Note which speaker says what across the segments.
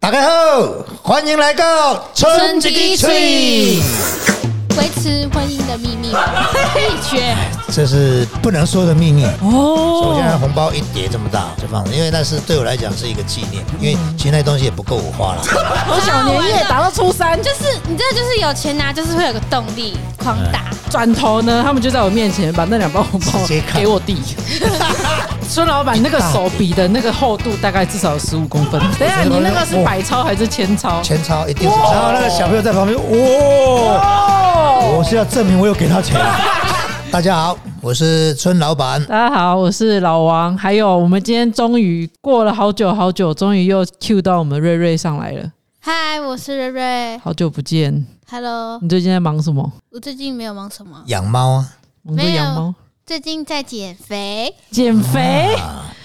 Speaker 1: 大家好，欢迎来到春之
Speaker 2: 一
Speaker 1: 翠。
Speaker 2: 维持婚姻的秘密 秘诀
Speaker 1: 这是不能说的秘密。我现
Speaker 2: 哦。
Speaker 1: 在红包一叠这么大就放着，因为那是对我来讲是一个纪念，因为其实那东西也不够我花了。
Speaker 3: 从哦小年夜打到初三，就
Speaker 2: 就是你真的就是有钱拿，就是会有个动力狂打。
Speaker 3: 转头呢，他们就在我面前把那两包红包
Speaker 1: 直接看
Speaker 3: 给我 弟。孙老板那个手比的那个厚度大概至少啊有十五公分。等一下，你那个是百超还是千超？
Speaker 1: 钱钞一定是，然后那个小朋友在旁边，哇，
Speaker 3: 哦，
Speaker 1: 我是要证明我有给他钱。大家好，我是村老板，
Speaker 3: 大家好，我是老王，还有我们今天终于过了好久好久，终于又 Q 到我们瑞瑞上来了，
Speaker 2: 嗨，我是瑞瑞
Speaker 3: 好久不见，
Speaker 2: ，Hello。
Speaker 3: 你最近在忙什么？
Speaker 2: 我最近没有忙什么，
Speaker 1: 养猫啊，
Speaker 3: 我们在养猫，
Speaker 2: 最近在减肥，
Speaker 3: 减肥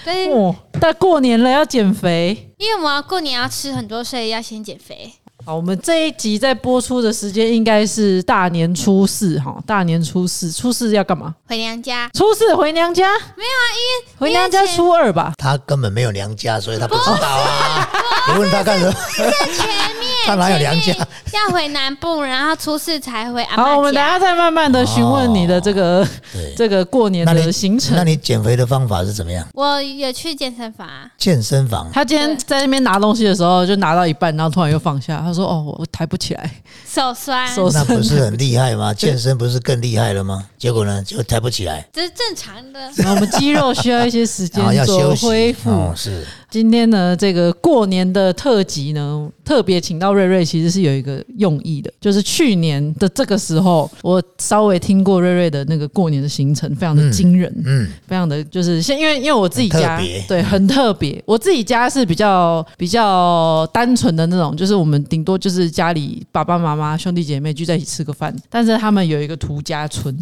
Speaker 2: 但是
Speaker 3: 哦，但过年了要减肥。
Speaker 2: 因为我们要过年要吃很多，所以要先减肥。
Speaker 3: 好，我们这一集在播出的时间应该是大年初四哈，大年初四，初四要干嘛？
Speaker 2: 回娘家
Speaker 3: 初四回娘家？
Speaker 2: 没有啊？因为
Speaker 3: 回娘家
Speaker 2: 出
Speaker 3: 初二吧？
Speaker 1: 他根本没有娘家，所以他不知道啊。你问他干什么？
Speaker 2: 前面
Speaker 1: 他哪有娘家？
Speaker 2: 要回南部，然后初四才回阿
Speaker 3: 好，
Speaker 2: 妈
Speaker 3: 我们等一
Speaker 2: 家。
Speaker 3: 下再慢慢的询问你的这个、
Speaker 1: 对，
Speaker 3: 这个过年
Speaker 1: 那
Speaker 3: 的
Speaker 1: 你
Speaker 3: 行
Speaker 1: 哦那
Speaker 3: 程。
Speaker 1: 你减肥的方法是怎么样？
Speaker 2: 我有去健身房啊，
Speaker 1: 健身房
Speaker 3: 他今天在那边拿东西的时候，就拿到一半，然后突然又放下。他说：“哦，我我抬不起来。
Speaker 2: 手酸，
Speaker 3: 手
Speaker 1: 那不是很厉害吗？ 健身不是更厉害了吗？结果呢，就抬不起来，
Speaker 2: 这是正常的”。
Speaker 3: 然后我们肌肉需要一些时
Speaker 1: 然后哦要
Speaker 3: 间
Speaker 1: 休
Speaker 3: 做
Speaker 1: 息。
Speaker 3: 恢复。
Speaker 1: 哦，是
Speaker 3: 今天呢，这个过年的特辑呢，特别请到瑞瑞，其实是有一个用意的，就是去年的这个时候，我稍微听过瑞瑞的那个过年的行程，非常的惊人，
Speaker 1: 嗯，
Speaker 3: 非常的就是现因为因为我自己
Speaker 1: 很特
Speaker 3: 家
Speaker 1: 别
Speaker 3: 对很特别，我自己家是比较比较单纯的那种，就是我们顶多就是家里爸爸妈妈兄弟姐妹聚在一起吃个饭，但是他们有一个涂家村，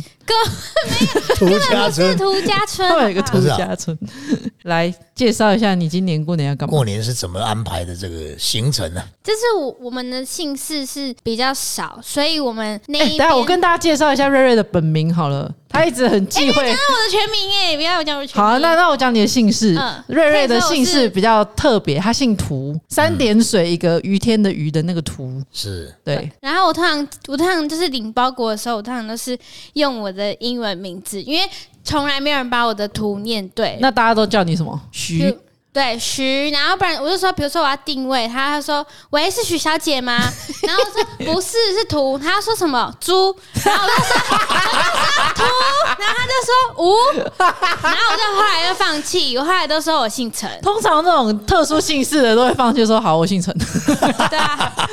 Speaker 1: 涂家
Speaker 2: 是
Speaker 1: 村
Speaker 2: 涂家啊村，
Speaker 3: 啊他们有一个
Speaker 2: 好不好
Speaker 3: 涂家村， 来介绍一下你今年过年要干嘛？
Speaker 1: 过年是怎么安排的这个行程呢、
Speaker 2: 就是我我们的姓氏是比较少，所以我们那
Speaker 3: 哎、
Speaker 2: 一
Speaker 3: 等
Speaker 2: 边、
Speaker 3: 一下我跟大家介绍一下瑞瑞的本名好了，他一直很忌讳。
Speaker 2: 那我的全名哎、不要我讲我的全
Speaker 3: 好
Speaker 2: 名。
Speaker 3: 啊、那那我讲你的姓氏，
Speaker 2: 嗯
Speaker 3: 瑞瑞的姓
Speaker 2: 可以说我
Speaker 3: 氏
Speaker 2: 是
Speaker 3: 比较特别，他姓涂，三点水一个于天的于的那个涂，
Speaker 1: 是
Speaker 3: 对，
Speaker 2: 然后我通常我通常就是领包裹的时候，我通常都是用我的英文名字，因为从来没有人把我的图念对。
Speaker 3: 那大家都叫你什么？徐
Speaker 2: 就对徐，然后不然我就说，比如说我要定位他，他说喂是徐小姐 吗？然后我说不是是图，他说什么猪，然后我就说 我就说图，然后他就说吴，然后我就后来就放弃，我后来都说我姓 陈，
Speaker 3: 通常这种特殊姓氏的都会放弃说好，我 姓陈。
Speaker 2: 对啊。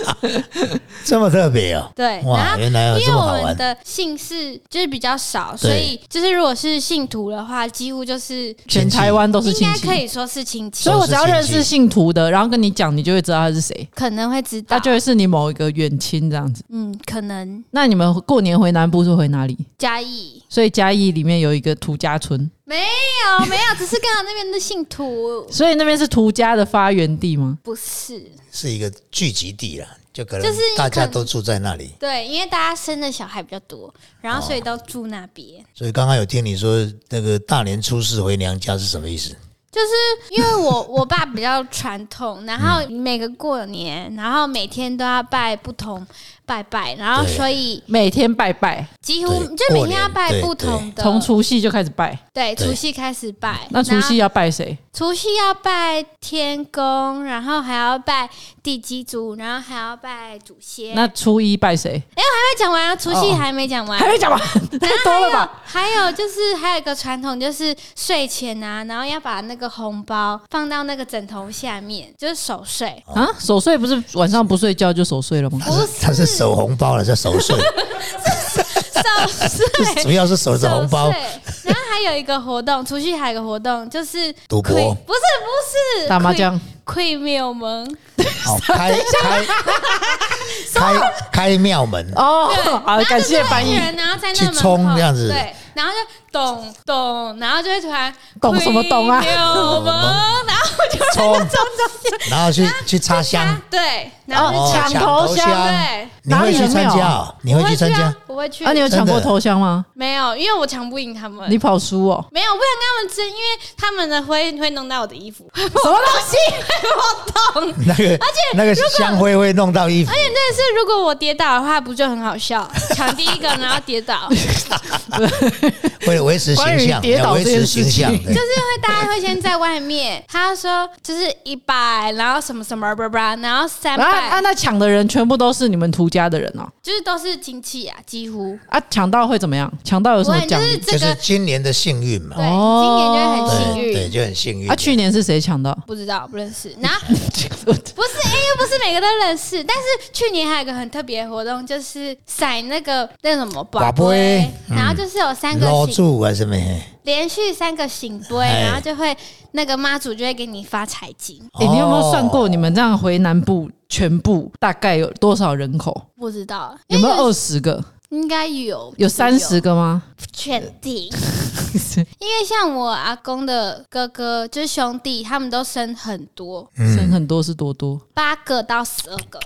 Speaker 1: 这么特别哦。
Speaker 2: 对，然
Speaker 1: 哇，
Speaker 2: 后
Speaker 1: 原来有
Speaker 2: 因
Speaker 1: 这
Speaker 2: 为
Speaker 1: 么
Speaker 2: 我
Speaker 1: 好
Speaker 2: 们
Speaker 1: 玩。
Speaker 2: 的姓氏就是比较少，
Speaker 1: 对
Speaker 2: 所以就是如果是信徒的话，几乎就是
Speaker 3: 全台湾都是
Speaker 2: 应
Speaker 3: 亲
Speaker 2: 该
Speaker 3: 戚
Speaker 2: 可，以说是亲戚
Speaker 3: 所以，我只要认
Speaker 1: 都
Speaker 3: 识
Speaker 1: 是
Speaker 3: 姓涂的，然后跟你讲，你就会知道他是谁，
Speaker 2: 可能会知道
Speaker 3: 他，就会是你某一个远亲这样子。
Speaker 2: 嗯，可能
Speaker 3: 那你们过年回南部是回哪里？
Speaker 2: 嘉义
Speaker 3: 所以嘉义里面有一个涂家村，
Speaker 2: 没有没有，只是刚好那边的信徒
Speaker 3: 所以那边是涂家的发源地吗？
Speaker 2: 不是
Speaker 1: 是一个聚集地啦，就可
Speaker 2: 就
Speaker 1: 能
Speaker 2: 是
Speaker 1: 大家
Speaker 2: 可能
Speaker 1: 都住在那里。
Speaker 2: 对，因为大家生的小孩比较多，然后所以都住那边。
Speaker 1: 所以刚刚有听你说那个大年初四回娘家是什么意思？
Speaker 2: 就是因为我我爸比较传统，然后每个过年，然后每天都要拜不同拜拜，然后
Speaker 1: 对
Speaker 2: 所以
Speaker 3: 每天拜拜，
Speaker 2: 几乎
Speaker 1: 对
Speaker 2: 就每天要拜
Speaker 1: 过年对
Speaker 2: 不同的，
Speaker 3: 从除夕就开始拜。
Speaker 2: 对，
Speaker 1: 对
Speaker 2: 除夕开始拜。
Speaker 3: 那除夕
Speaker 2: 然后
Speaker 3: 要拜谁？
Speaker 2: 除夕要拜天公，然后还要拜地基主，然后还要拜祖先。
Speaker 3: 那初一拜谁？
Speaker 2: 还没讲完啊，除夕
Speaker 3: 哦
Speaker 2: 还没讲完。
Speaker 3: 还没讲 完，太多了吧？
Speaker 2: 还有就是，还有一个传统就是睡前啊，然后要把那个红包放到那个枕头下面，就是守 岁。
Speaker 3: 啊，守岁不是晚上不睡觉就守岁了吗？
Speaker 1: 他是他是守红包了，叫守 岁，
Speaker 2: 守岁，
Speaker 1: 主要是守着红包
Speaker 2: 守。岁。然后还有一个活动，除夕还有一个活动就是
Speaker 1: 赌博
Speaker 2: Queen- 不是不是
Speaker 3: 打麻将，
Speaker 2: ，Queen 庙门。
Speaker 1: 好，哦开开开开庙门，
Speaker 3: 哦，好，
Speaker 2: 然后
Speaker 3: 感谢
Speaker 2: 就是
Speaker 3: 翻
Speaker 2: 一
Speaker 3: 译
Speaker 2: 群。人然后在那
Speaker 1: 去
Speaker 2: 门口
Speaker 1: 冲这样子
Speaker 2: 对，然后就懂懂，然后就会突然
Speaker 3: 懂什么懂啊
Speaker 2: 窥 柳门然后我就
Speaker 1: 冲，然后去去插香，
Speaker 2: 啊对，然后
Speaker 1: 哦
Speaker 2: 就
Speaker 3: 抢
Speaker 2: 抢
Speaker 3: 头香
Speaker 2: 对，
Speaker 1: 你会去参
Speaker 3: 哪里有没有
Speaker 1: 加哦？你会去参加？
Speaker 2: 我会去啊，
Speaker 3: 啊，
Speaker 2: 我
Speaker 3: 你
Speaker 2: 会去，
Speaker 3: 有抢过
Speaker 1: 真的
Speaker 3: 头香吗？
Speaker 2: 没有，因为我抢不赢他们，，
Speaker 3: 你跑输哦
Speaker 2: 没有，我不想跟他们争，因为他们的灰会弄到我的衣服，
Speaker 3: 什么东西？
Speaker 2: 我懂。
Speaker 1: 那个
Speaker 2: 且
Speaker 1: 那个
Speaker 2: 如果
Speaker 1: 香灰会弄到衣服
Speaker 2: 而，且那是如果我跌倒的话，不就很好笑？抢第一个，然后跌 倒，就是
Speaker 1: 会维持
Speaker 3: 关于
Speaker 1: 形象，
Speaker 3: 跌倒
Speaker 1: 要维
Speaker 3: 这件
Speaker 1: 持
Speaker 3: 事
Speaker 1: 形象。
Speaker 3: 情
Speaker 1: 对
Speaker 2: 会大家会先在外面，他说就是一百，然后什么什么叭叭，然后三
Speaker 3: 啊啊！
Speaker 2: 百，
Speaker 3: 那抢的人全部都是你们涂家的人哦。
Speaker 2: 就是都是亲戚啊，几乎。
Speaker 3: 啊，抢到会怎么样？抢到有什么
Speaker 2: 会就
Speaker 3: 奖
Speaker 2: 是
Speaker 3: 励？
Speaker 2: 这
Speaker 1: 就是
Speaker 2: 个，
Speaker 1: 今年的幸运嘛
Speaker 2: 对，，今年就会
Speaker 3: 哦
Speaker 2: 很幸
Speaker 1: 对对，
Speaker 2: 运。
Speaker 1: 就很幸运
Speaker 3: 啊，。去年是谁抢 到？
Speaker 2: 不知道，不认识。然后不是，哎、又不是每个都认识。但是去年还有一个很特别的活动，就是甩那个那什么
Speaker 1: 宝
Speaker 2: 杯
Speaker 1: 贝，
Speaker 3: 嗯
Speaker 2: 然后就是有三个
Speaker 1: 搂
Speaker 2: 醒，
Speaker 1: 住啊，什么？哎
Speaker 2: 连续三个醒杯，
Speaker 1: 哎
Speaker 2: 然后就会那个妈祖就会给你发财金。
Speaker 3: 哎、你有没
Speaker 1: 哦
Speaker 3: 有算过你们这样回南部全部大概有多少人口？
Speaker 2: 不知道
Speaker 3: 有没哎有
Speaker 2: 因为
Speaker 3: 二十个？
Speaker 2: 应该有
Speaker 3: 有三十，个吗？
Speaker 2: 不确 定。因为像我阿公的哥哥就是兄弟，他们都生很多，
Speaker 1: 嗯
Speaker 3: 生很多是多多，
Speaker 2: 八个到十二个。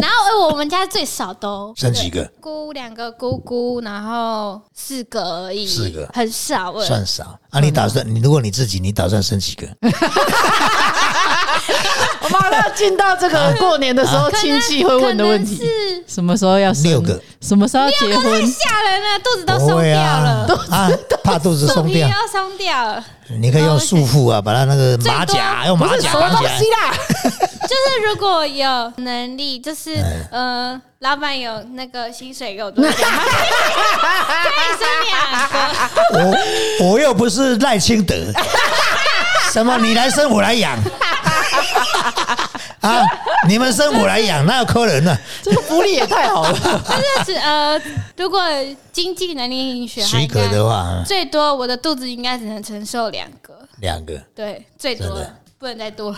Speaker 2: 然后呃我们家最少都
Speaker 1: 生几个？
Speaker 2: 姑两个姑姑，然后四个而已，
Speaker 1: 四个
Speaker 2: 很少哎、
Speaker 1: 算少啊！你打算你如果你自己，你打算生几个？
Speaker 3: 我马上进到这个过年的时候亲戚会问的问题
Speaker 2: 可能：是
Speaker 3: 什么时候要生
Speaker 1: 六个？
Speaker 3: 什么时候要结婚
Speaker 2: 太？吓人了，肚子都
Speaker 1: 不
Speaker 2: 松
Speaker 1: 会
Speaker 2: 掉
Speaker 1: 啊
Speaker 2: 了，，
Speaker 1: 啊，怕肚子
Speaker 2: 肚
Speaker 1: 松
Speaker 2: 皮
Speaker 1: 掉，
Speaker 2: 都松掉了。
Speaker 1: 你可
Speaker 3: 哦
Speaker 1: 以用束缚啊，把它那个马甲用马甲绑起来。
Speaker 3: 啦？
Speaker 2: 就是如果有能力，就是
Speaker 1: 哎
Speaker 2: 呃，老板有那个薪水给我多一 点，可以生两个。
Speaker 1: 我我又不是赖清 德，什么你来生我来养啊？你们生我来养，那有啊可能呢、
Speaker 3: 这个福利也太好了，
Speaker 2: 但是只呃，如果经济能力允 许，
Speaker 1: 许可的，话，
Speaker 2: 最多我的肚子应该只能承受两个，
Speaker 1: 两个
Speaker 2: 对，最多
Speaker 1: 真的
Speaker 2: 了，不能再多了。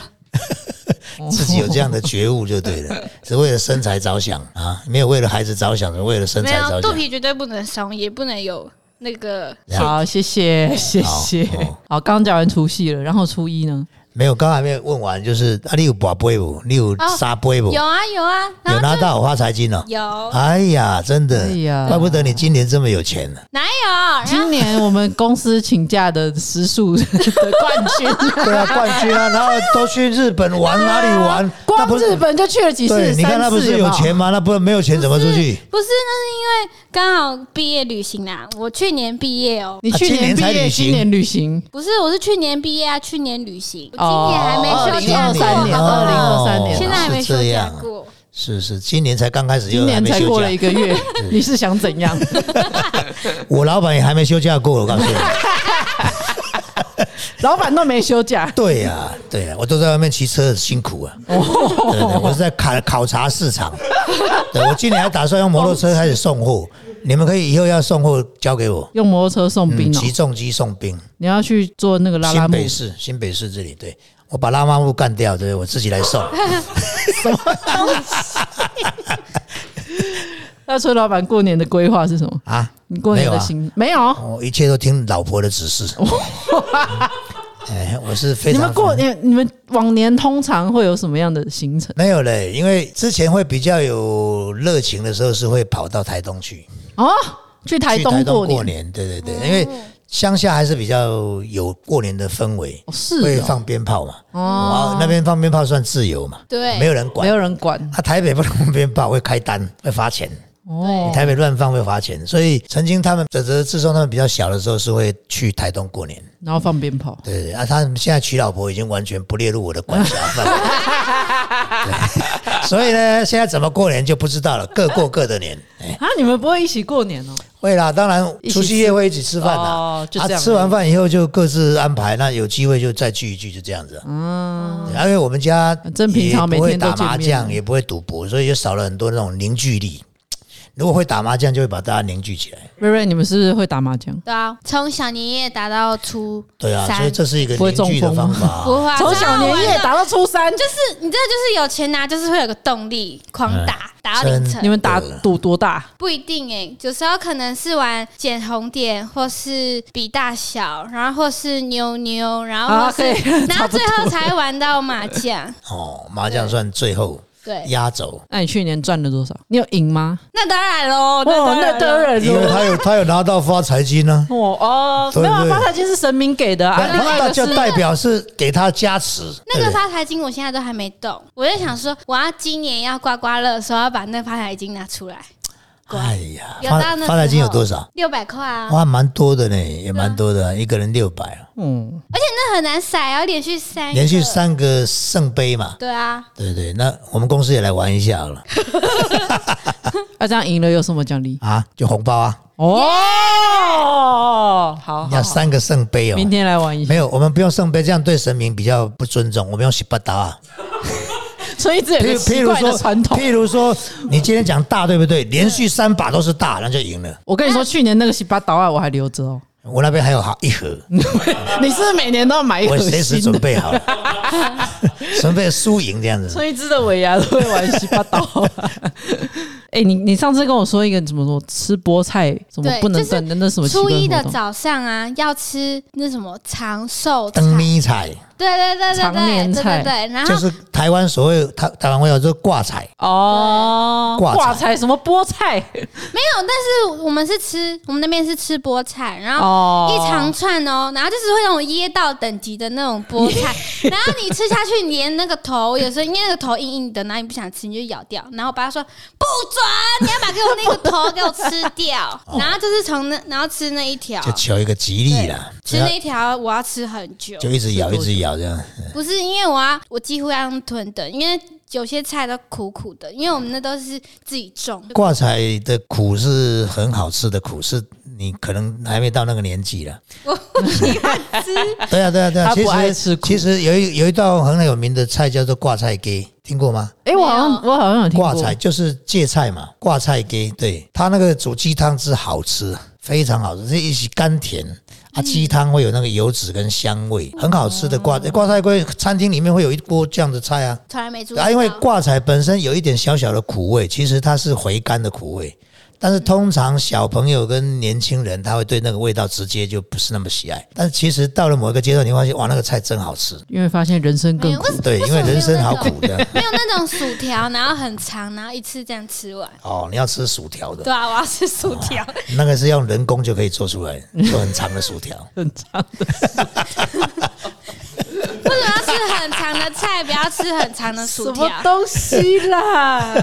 Speaker 3: 哦
Speaker 1: 自己有这样的觉悟就对 了，只为了身材着想啊，没有为了孩子着想，只为了身
Speaker 2: 没
Speaker 1: 材
Speaker 2: 有，
Speaker 1: 着
Speaker 2: 肚
Speaker 1: 想。
Speaker 2: 皮绝对不能松，也不能有那个
Speaker 3: 好，谢谢，谢谢
Speaker 1: 好好。
Speaker 3: 好，刚讲完除夕了，然后初一呢？
Speaker 1: 没有，刚刚还没有问完，就是啊，你有把杯不？你有杀杯不？
Speaker 2: 有啊有啊，然
Speaker 1: 有拿
Speaker 2: 后就
Speaker 1: 到发财金哦？
Speaker 2: 有
Speaker 1: 哎呀，真的，
Speaker 3: 哎呀
Speaker 1: 怪不得你今年这么有钱呢、
Speaker 2: 哪有？然后
Speaker 3: 今年我们公司请假的时数 的冠军，
Speaker 1: 对啊，冠军啊，然后都去日本玩，哪里玩？ 那
Speaker 3: 光
Speaker 1: 不是
Speaker 3: 日本就去了几次，
Speaker 1: 对，你看
Speaker 3: 三
Speaker 1: 那不
Speaker 3: 次
Speaker 1: 是
Speaker 3: 有
Speaker 1: 有
Speaker 3: 没有
Speaker 1: 钱吗？那不没有钱怎么出去？
Speaker 2: 不是，那是因为刚好毕业旅行啦。我去年毕业哦，
Speaker 3: 你
Speaker 1: 啊
Speaker 3: 去
Speaker 1: 今
Speaker 3: 年
Speaker 1: 年
Speaker 3: 毕
Speaker 1: 才
Speaker 3: 业，
Speaker 1: 旅行
Speaker 3: 今年旅行，
Speaker 2: 不是，我是去年毕业啊，去年旅行，我
Speaker 3: 哦
Speaker 2: 今年还没休假
Speaker 3: 2023
Speaker 2: 过，
Speaker 3: 年
Speaker 2: 好不好
Speaker 3: 2023年
Speaker 2: 现在还没
Speaker 1: 是这
Speaker 2: 休假
Speaker 1: 样，
Speaker 2: 过。
Speaker 1: 哦啊是是，今年才刚开始，
Speaker 3: 今
Speaker 1: 又还啊
Speaker 3: 年
Speaker 1: 没
Speaker 3: 才
Speaker 1: 休
Speaker 3: 过了一
Speaker 1: 假。
Speaker 3: 个月，你是想怎样？
Speaker 1: 我老板也还没休假过，我告诉 你。
Speaker 3: 老板都没休假，
Speaker 1: 对呀、对啊呀、我都在外面骑车，很辛苦 啊。对
Speaker 3: 哦
Speaker 1: 对，我是在考考察市场。对，我今年还打算用摩托车开始送货，你们可以以后要送货交给我，
Speaker 3: 用摩托车送
Speaker 1: 嗯
Speaker 3: 兵哦
Speaker 1: 骑，重机送兵。
Speaker 3: 你要去做那个拉拉
Speaker 1: 新
Speaker 3: 木，
Speaker 1: 北市，新北市这里，对我把拉拉木干掉，对我自己 来送。
Speaker 3: 啊那崔老板过年的规划是什么？
Speaker 1: 啊，
Speaker 3: 你过年的心没有？
Speaker 1: 我一切都听老婆的指示。 哎，我是非
Speaker 3: 你
Speaker 1: 常
Speaker 3: 们过年你们往年通常会有什么样的行程？
Speaker 1: 没有嘞，因为之前会比较有热情的时候，是会跑到台东去，
Speaker 3: 哦，去台
Speaker 1: 去
Speaker 3: 东
Speaker 1: 台东
Speaker 3: 过
Speaker 1: 过
Speaker 3: 年，哦
Speaker 1: 年。对对对，因为乡下还是比较有过年的氛围，
Speaker 3: 哦是
Speaker 1: 会
Speaker 3: 哦
Speaker 1: 放鞭炮嘛。
Speaker 3: 哦
Speaker 1: 哦，那边放鞭炮算自由嘛，
Speaker 2: 对
Speaker 1: 啊没有人
Speaker 3: 没
Speaker 1: 管。
Speaker 3: 有人管
Speaker 1: 啊，台北不能放鞭炮，会开单， 会罚钱。
Speaker 3: 哦。
Speaker 1: 台北乱放会罚钱，所以曾经他们泽泽自从他们比较小的时候是会去台东过年。
Speaker 3: 然后放鞭炮，
Speaker 1: 对对对啊，他们现在娶老婆已经完全不列入我的管辖范围。对所以呢，现在怎么过年就不知道了，各过各的年。哎，
Speaker 3: 啊，你们不会一起过年哦？
Speaker 1: 会啦，当然
Speaker 3: 一起吃
Speaker 1: 除夕夜会一起吃饭啦。
Speaker 3: 哦就
Speaker 1: 啊
Speaker 3: 这样，
Speaker 1: 吃完饭以后就各自安排，那有机会就再聚一聚，就这样子啊。
Speaker 3: 嗯，
Speaker 1: 对啊因为我们家
Speaker 3: 真平常
Speaker 1: 也不
Speaker 3: 每
Speaker 1: 会
Speaker 3: 天都
Speaker 1: 打麻
Speaker 3: 见面
Speaker 1: 将，也不会赌博，所以就少了很多那种凝聚力。如果会打麻将，就会把大家凝聚起来。
Speaker 3: 瑞瑞，你们是不是会打麻将？
Speaker 2: 对啊，从小年夜打到初
Speaker 1: 对啊，
Speaker 2: 三
Speaker 1: 所以这是一个
Speaker 3: 不会
Speaker 1: 凝
Speaker 3: 中
Speaker 1: 聚的
Speaker 3: 风
Speaker 1: 方
Speaker 3: 吗
Speaker 1: 法啊。
Speaker 2: 不 会啊
Speaker 3: 从小年夜打到初三，
Speaker 2: 就是你这就是有钱拿，就是会有个动力，狂打、
Speaker 1: 哎
Speaker 2: 打到凌晨
Speaker 3: 你。们打赌多大？
Speaker 2: 不一定哎、有时候可能是玩捡红点，或是比大小，然后或是妞妞，然后
Speaker 3: 啊
Speaker 2: 或是、
Speaker 3: 可以
Speaker 2: 然
Speaker 3: 差
Speaker 2: 后
Speaker 3: 不多
Speaker 2: 最后才玩到麻 将。
Speaker 1: 哦，麻将算最后
Speaker 2: 对，
Speaker 1: 压轴，
Speaker 3: 那你去年赚了多少？你有赢吗？
Speaker 2: 那当然喽，
Speaker 3: 哦，那当
Speaker 2: 咯。
Speaker 3: 然
Speaker 1: 因为
Speaker 3: 了。
Speaker 1: 他有他有拿到发财金呢、
Speaker 3: 哦哦，
Speaker 1: 对
Speaker 3: 没有啊，
Speaker 1: 对
Speaker 3: 发财金是神明给的啊。
Speaker 1: 那
Speaker 3: 另外
Speaker 1: 那
Speaker 3: 一
Speaker 1: 就
Speaker 3: 个是
Speaker 1: 代表是给他加持。
Speaker 2: 那
Speaker 1: 对不
Speaker 2: 个
Speaker 1: 对
Speaker 2: 发财金我现在都还没动，我就想说，我要今年要刮刮乐的时候，要把那发财金拿出来，
Speaker 1: 哎呀，
Speaker 2: 有
Speaker 1: 发
Speaker 2: 到那
Speaker 1: 发财金
Speaker 2: 时
Speaker 1: 有
Speaker 2: 候
Speaker 1: 多少？
Speaker 2: 六百块啊，
Speaker 1: 哇，蛮多的呢，也蛮多的啊，一个人六百啊，
Speaker 3: 嗯，
Speaker 2: 那很难甩，要连续三，
Speaker 1: 连续，三个圣杯嘛。
Speaker 2: 对啊，
Speaker 1: 对对，那我们公司也来玩一下好 了
Speaker 3: 那啊这样赢了有什么奖励？
Speaker 1: 啊，就红包啊，
Speaker 3: 哦，好，
Speaker 1: 要
Speaker 3: 好，好
Speaker 1: 三个圣杯哦。
Speaker 3: 明天来玩一下
Speaker 1: 没。有，我们不用圣杯，这样对神明比较不尊重。我们用洗八达啊，
Speaker 3: 所以这有
Speaker 1: 譬
Speaker 3: 一
Speaker 1: 如
Speaker 3: 个
Speaker 1: 譬
Speaker 3: 哎
Speaker 1: 如
Speaker 3: 奇怪的
Speaker 1: 说，
Speaker 3: 传统。嗯
Speaker 1: 譬如 说，你今天讲大对不对？连续三把都是大，那就赢了。
Speaker 3: 我跟你说，去年那个西巴岛啊，我还留着哦。
Speaker 1: 我那边还有好一盒，
Speaker 3: 你是不是每年都要买一
Speaker 1: 我
Speaker 3: 盒
Speaker 1: 随时
Speaker 3: 新
Speaker 1: 准
Speaker 3: 的？
Speaker 1: 备好 了，准备输赢这样子。
Speaker 3: 崔之的尾牙都会玩 西巴岛。哎、你你上次跟我说一个怎么说吃菠菜怎么
Speaker 2: 对
Speaker 3: 不能
Speaker 2: 就是
Speaker 3: 等的那什么奇怪
Speaker 2: 初一的
Speaker 3: 活动
Speaker 2: 早上啊，要吃那什么长寿菜，
Speaker 1: 灯谜彩
Speaker 2: 对对对对
Speaker 3: 长年
Speaker 2: 对对
Speaker 3: 菜
Speaker 2: 对对，然后
Speaker 1: 就是台湾所谓台台湾会有这挂彩，
Speaker 3: 哦，
Speaker 1: 挂菜
Speaker 3: 挂菜什么菠菜
Speaker 2: 没有，但是我们是吃，我们那边是吃菠菜，然后啊
Speaker 3: 哦，
Speaker 2: 一长串哦，然后就是会那种噎到等级的那种菠 菜，然后你吃下去，你连那个头，有时候因为那个头硬硬的，然后你不想吃，你就咬掉，然后我爸说不准，你要把给我那个头给我吃 掉，
Speaker 3: 哦
Speaker 2: 然后就是从那，然后吃那一条
Speaker 1: 就。求一个吉利啦。只
Speaker 2: 吃
Speaker 1: 要
Speaker 2: 那一条，我要吃很久，
Speaker 1: 就一直咬，一直咬这样。
Speaker 2: 不是因为我要，我几乎要用吞的，因为有些菜都苦苦的，因为我们那都是自己种。
Speaker 1: 挂彩的苦是很好吃的苦，是你可能还没到那个年纪了。
Speaker 2: 我不喜欢吃，
Speaker 1: 对啊，对啊，对啊。
Speaker 3: 他
Speaker 1: 其
Speaker 3: 不爱
Speaker 1: 实
Speaker 3: 吃苦
Speaker 1: 其实有一有一道很有名的菜叫做挂菜鸡，听过吗？
Speaker 3: 哎、我好像
Speaker 2: 没
Speaker 3: 我好像有听过
Speaker 1: 挂菜就是芥菜嘛，挂菜鸡。对，它那个煮鸡汤汁好吃，非常好吃，这一起甘甜啊，鸡汤会有那个油脂跟香味，很好吃的挂挂菜龟。餐厅里面会有一锅这样的菜啊，
Speaker 2: 从来没煮过。
Speaker 1: 啊，因为挂彩本身有一点小小的苦味，其实它是回甘的苦味，但是通常小朋友跟年轻人他会对那个味道直接就不是那么喜爱。但是其实到了某一个阶段，你会发现哇，那个菜真好吃。
Speaker 3: 因为发现人生更
Speaker 2: 没有
Speaker 3: 苦
Speaker 2: 为。什么
Speaker 1: 对，因为人生好。
Speaker 2: 什么
Speaker 1: 苦的
Speaker 2: 没有那种没有那种薯条，然后很长，然后一次这样吃完。
Speaker 1: 哦，你要吃薯条的
Speaker 2: 对，啊，我要吃薯 条，
Speaker 1: 那个是用人工就可以做出来，做很长的薯条。
Speaker 3: 很长的，
Speaker 2: 为什么要吃很长的菜，不要吃很长的薯
Speaker 3: 什
Speaker 2: 条？
Speaker 3: 么东西 啦？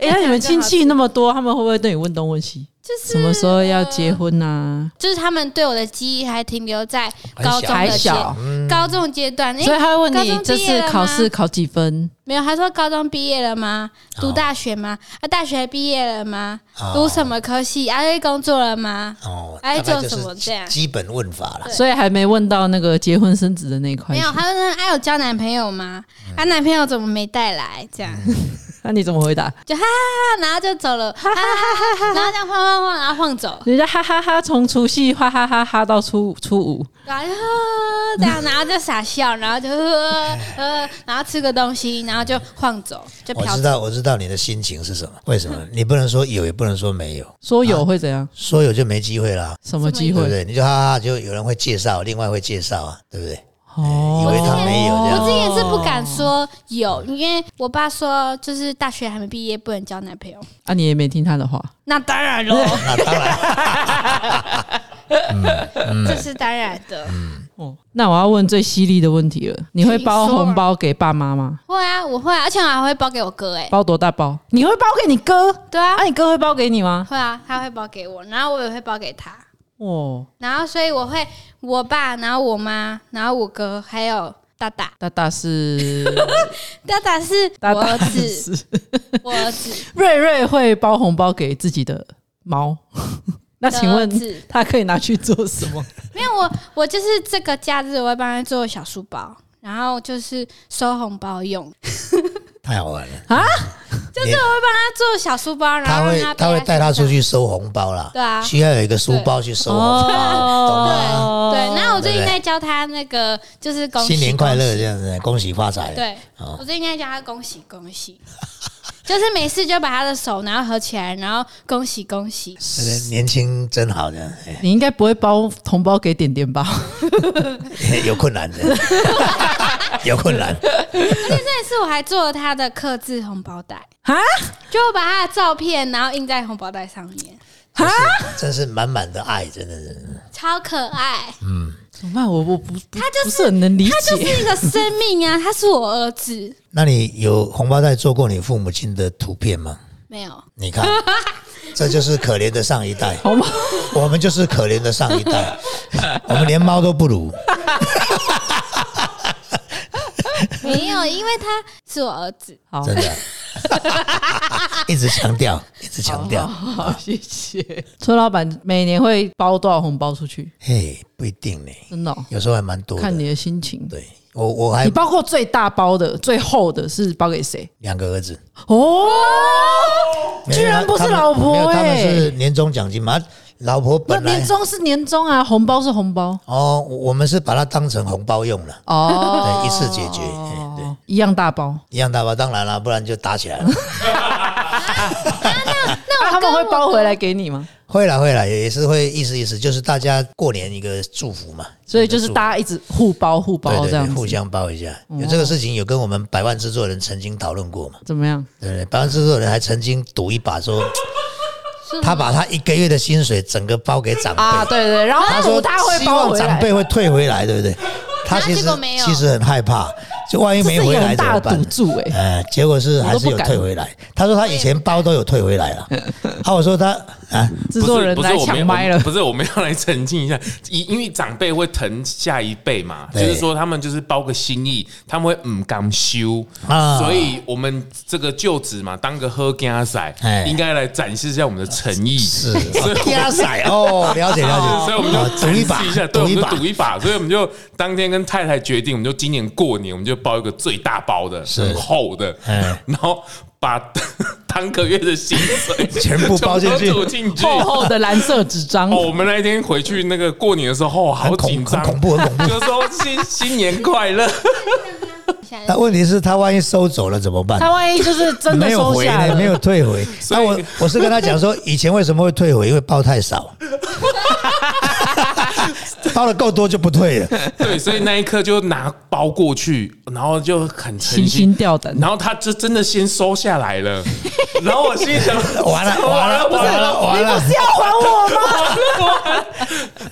Speaker 3: 哎、那你们亲戚那么多，他们会不会对你问东问西？
Speaker 2: 就是啊
Speaker 3: 什么时候要结？婚啊呐、
Speaker 2: 就是他们对我的记忆还停留在高中
Speaker 1: 还嗯
Speaker 2: 的阶
Speaker 3: 小
Speaker 2: 高中阶段，
Speaker 3: 所以
Speaker 2: 诶
Speaker 3: 他会问
Speaker 2: 哎高
Speaker 3: 你
Speaker 2: 中
Speaker 3: 这
Speaker 2: 毕业
Speaker 3: 次
Speaker 2: 了吗
Speaker 3: 考试考几分？
Speaker 2: 没有，他说高中毕业了吗？读大学吗？啊，大学毕业了吗？
Speaker 1: 哦
Speaker 2: 读什么科系？啊，工作了吗？
Speaker 1: 哦，
Speaker 2: 哎
Speaker 1: 大概
Speaker 2: 就
Speaker 1: 就
Speaker 2: 怎么这
Speaker 1: 是
Speaker 2: 样
Speaker 1: 基本问法了。
Speaker 3: 所以还没问到那个结婚生子的那一块
Speaker 2: 没
Speaker 3: 去。
Speaker 2: 有，他说啊，有交男朋友吗？啊，男朋友怎么没带来？这样。
Speaker 3: 那你怎么回答？
Speaker 2: 就哈哈哈，然后就走了，哈哈哈哈，然后这样晃晃晃，然后晃走，
Speaker 3: 人家哈哈哈，从除夕哈哈哈哈到初初五，
Speaker 2: 然后就呵这样，然后就傻笑，然后就呵呵，然后吃个东西，然后就晃走，就
Speaker 1: 我
Speaker 2: 飘
Speaker 1: 知
Speaker 2: 走。
Speaker 1: 道，我知道你的心情是什么。为 什么？你不能说有，也不能说没有，
Speaker 3: 说有会怎样？
Speaker 1: 说有就没机会啦。
Speaker 3: 什么
Speaker 1: 对
Speaker 3: 机
Speaker 1: 不
Speaker 3: 会？
Speaker 1: 对？你就哈哈，就有人会介绍，另外会介绍啊，对不对？
Speaker 3: 哦
Speaker 1: 以为他没有这
Speaker 2: 我
Speaker 1: 样
Speaker 2: 之前是不敢说有，因为我爸说就是大学还没毕业不能交男朋友。
Speaker 3: 啊，你也没听他的话。
Speaker 2: 那当然喽，
Speaker 1: 那当然，
Speaker 2: 这是当然的。
Speaker 3: 哦，那我要问最犀利的问题了，你会包红包给爸妈吗？
Speaker 2: 会啊，我会啊，而且我还会包给我哥哎。
Speaker 3: 包多大包？你会包给你哥？
Speaker 2: 对啊
Speaker 3: 啊，，你哥会包给你吗？
Speaker 2: 会啊，他会包给我，然后我也会包给他。
Speaker 3: 哦，
Speaker 2: 然后所以我会我爸，然后我妈，然后我哥，还有大大。
Speaker 3: 大大 是
Speaker 2: 大大是我
Speaker 3: 大大
Speaker 2: 儿子，
Speaker 3: 是
Speaker 2: 我儿子。
Speaker 3: 瑞瑞会包红包给自己的猫。 那请问
Speaker 2: 的儿子
Speaker 3: 他可以拿去做什么？
Speaker 2: 没有我，我就是这个假日我会帮他做小书包，然后就是收红包用。
Speaker 1: 太好玩了
Speaker 3: 啊！
Speaker 2: 就是我会帮他做小书包，然
Speaker 1: 他
Speaker 2: 后让
Speaker 1: 会
Speaker 2: 他
Speaker 1: 他会带他
Speaker 2: 他
Speaker 1: 出。去收红包啦，
Speaker 2: 对啊
Speaker 1: 需要有一个书包去收红包，懂吗？
Speaker 2: 哦对，那我最近
Speaker 1: 对不对
Speaker 2: 在教他那个就是恭喜
Speaker 1: 哦新年快乐
Speaker 2: 恭
Speaker 1: 这
Speaker 2: 喜
Speaker 1: 样子，恭喜发财。
Speaker 2: 对，
Speaker 1: 哦
Speaker 2: 我最近在教他恭喜恭喜， 就是没事就把他的手然后合起来，然后恭喜恭喜。
Speaker 1: 这个年轻真好的，哎
Speaker 3: 你应该不会包红包给点点吧？
Speaker 1: 哎有困难的， 有困难。
Speaker 2: 那次我还做了他的刻字红包袋，
Speaker 3: 啊，
Speaker 2: 就我把他的照片然后印在红包袋上面，
Speaker 1: 真是真是满满的爱，真的是。
Speaker 2: 超可爱。
Speaker 3: 怎么办？我我不不，他就是不是很能理解。
Speaker 2: 他就是一个生命啊，他是我儿子。
Speaker 1: 那你有红包袋做过你父母亲的图片吗？
Speaker 2: 没有，
Speaker 1: 你 看，这就是可怜的上一代，
Speaker 3: 好吗？
Speaker 1: 我们就是可怜的上一代， 我们连猫都不如。
Speaker 2: 没有，因为他是我儿子。
Speaker 3: 好，
Speaker 1: 真 的，一直强调，一直强调，
Speaker 3: 好好，好谢 谢。崔老板每年会包多少红包出去？
Speaker 1: 嘿，不一定呢，
Speaker 3: 真的哦、
Speaker 1: 有时候还蛮多
Speaker 3: 看
Speaker 1: 的。
Speaker 3: 你的心情。
Speaker 1: 对我，我还
Speaker 3: 你包括最大包的、最厚的是包给谁？
Speaker 1: 两个儿子，
Speaker 3: 哦，居然不是
Speaker 1: 没有他们
Speaker 3: 老婆
Speaker 1: 没有，他们
Speaker 3: 欸
Speaker 1: 是年终奖金嘛，老婆
Speaker 3: 那
Speaker 1: 本来
Speaker 3: 年终是年终啊，红包是红包
Speaker 1: 哦，我我们是把它当成红包用了，
Speaker 3: 哦，
Speaker 1: 对，一次解决，嘿对，
Speaker 3: 一样大包。
Speaker 1: 一样大吧，当然了，不然就打起来了。
Speaker 3: 那、啊他们会包回来给你吗？
Speaker 1: 会啦会啦，也是会意思意思，就是大家过年一个祝福嘛，
Speaker 3: 所以就是
Speaker 1: 大
Speaker 3: 大家一直互包互包
Speaker 1: 对
Speaker 3: 这
Speaker 1: 对
Speaker 3: 样
Speaker 1: 对，
Speaker 3: 子
Speaker 1: 互相包一下。有这个事情有跟我们百万制作人曾经讨论过嘛，
Speaker 3: 怎么样？
Speaker 1: 对不对？百万制作人还曾经赌一把说，他把他一个月的薪水整个包给长辈，
Speaker 3: 啊，对对，然后
Speaker 1: 他
Speaker 3: 赌
Speaker 1: 说
Speaker 3: 他会
Speaker 1: 希
Speaker 3: 包
Speaker 1: 望
Speaker 3: 回
Speaker 1: 长
Speaker 3: 来，
Speaker 1: 辈会退回来，对不对？他其
Speaker 2: 结
Speaker 1: 实
Speaker 2: 果没有
Speaker 1: 其实很害怕，就万一
Speaker 3: 这
Speaker 1: 没
Speaker 3: 是一
Speaker 1: 回
Speaker 3: 个
Speaker 1: 来
Speaker 3: 很
Speaker 1: 怎
Speaker 3: 大
Speaker 1: 么
Speaker 3: 的赌
Speaker 1: 办？
Speaker 3: 注哎、
Speaker 1: 呃，结果是还是有退回来。他说他以前包都有退回来了。啊，我说 他啊，
Speaker 3: 制作人来抢麦了
Speaker 4: 不。是我们要来澄清一下， 因因为长辈会疼下一辈嘛，就
Speaker 1: 对
Speaker 4: 是说他们就是包个心意，他们会嗯甘修
Speaker 1: 啊
Speaker 4: 所以我们这个就职嘛，当个喝干仔
Speaker 1: 哎，
Speaker 4: 应该来展示一下我们的诚意。
Speaker 1: 是
Speaker 4: 所以
Speaker 1: 加塞哦，了解了
Speaker 4: 所
Speaker 1: 解。
Speaker 4: 以我们
Speaker 1: 啊
Speaker 4: 就
Speaker 1: 赌一
Speaker 4: 展示
Speaker 1: 把，
Speaker 4: 下，对，
Speaker 1: 赌
Speaker 4: 我
Speaker 1: 一
Speaker 4: 们就
Speaker 1: 把，
Speaker 4: 赌一把，所以我们就当天跟太太决定，我们就今年过年，我们就包一个最大包的，
Speaker 1: 是
Speaker 4: 很厚的，
Speaker 1: 哎
Speaker 4: 然后把 当个月的薪水
Speaker 1: 全部包进去
Speaker 4: 全部赌进去，
Speaker 3: 厚 厚的蓝色纸张，
Speaker 4: 哦，我们那一天回去那个过年的时候，好
Speaker 1: 很
Speaker 4: 紧
Speaker 1: 恐很
Speaker 4: 张，
Speaker 1: 恐怖，很恐怖。
Speaker 4: 就说新新年 快乐，
Speaker 2: 现在
Speaker 1: 那问题是，他万一收走了怎么办？
Speaker 3: 他万一就是真的
Speaker 1: 没有
Speaker 3: 收
Speaker 1: 回
Speaker 3: 下
Speaker 1: 呢，
Speaker 3: 了，
Speaker 1: 没有退 回。那我我是跟他讲说，以前为什么会退回？因为包太 少，包的够多就不退了。
Speaker 4: 对，所以那一刻就拿包过去，然后就很诚
Speaker 3: 心心
Speaker 4: 心。
Speaker 3: 吊胆。
Speaker 4: 然后他就真的先收下来 了，然后我心里想，
Speaker 1: 完了完了完了完了！
Speaker 3: 要还我吗？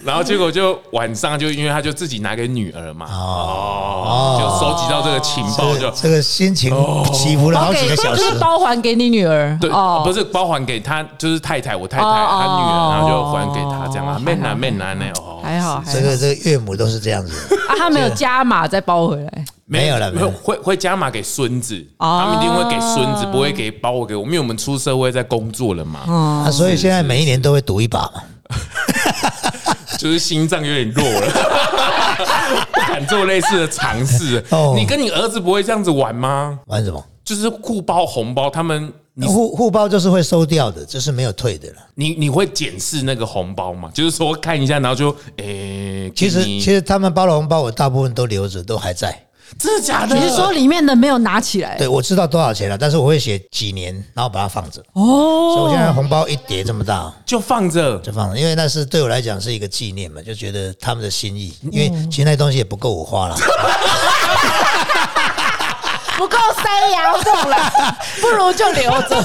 Speaker 4: 然后结果就晚上就因为他就自己拿给女儿嘛，哦，就收集到这个情报就
Speaker 1: 这个心情起伏了好几个小时
Speaker 3: 哦就。是包还给你女儿。哦
Speaker 4: 对，不是包还给他，就是太太，我太太他女儿，然后就还给他这样
Speaker 3: 哦
Speaker 4: 啊，妹啊妹啊那哦，
Speaker 3: 还好还
Speaker 1: 这
Speaker 3: 好
Speaker 1: 个这个岳母都是这样子的，
Speaker 3: 啊，他没有加码再包回来。
Speaker 1: 没有了没有了
Speaker 4: 会会加码给孙子，
Speaker 3: 哦
Speaker 4: 他们一定会给孙子，不会给包我给我，因为我们出社会在工作了嘛，
Speaker 1: 啊，所以现在每一年都会赌一把嘛。
Speaker 4: 就是心脏有点弱了， 不敢做类似的尝试
Speaker 1: 哦。
Speaker 4: 你跟你儿子不会这样子玩吗？
Speaker 1: 玩什么？
Speaker 3: 哦
Speaker 4: 就是互包红包，他们你
Speaker 1: 互互包就是会收掉的，就是没有退的了。
Speaker 4: 你你会检视那个红包吗？就是说看一下，然后就诶，
Speaker 1: 其实
Speaker 4: 给你
Speaker 1: 其实他们包的红包，我大部分都留着，都还在。
Speaker 4: 真的假的？
Speaker 3: 你是说里面的没有拿起来？
Speaker 1: 对，我知道多少钱了，但是我会写几年，然后把它放着。所以我现在
Speaker 3: 哦，
Speaker 1: 红包一叠这么大，
Speaker 4: 就放着？
Speaker 1: 就放着，因为那是对我来讲是一个纪念嘛，就觉得他们的心意。因为
Speaker 3: 嗯
Speaker 1: 其实那东西也不够我花 了，
Speaker 3: 不够塞牙缝 了，不如就留着。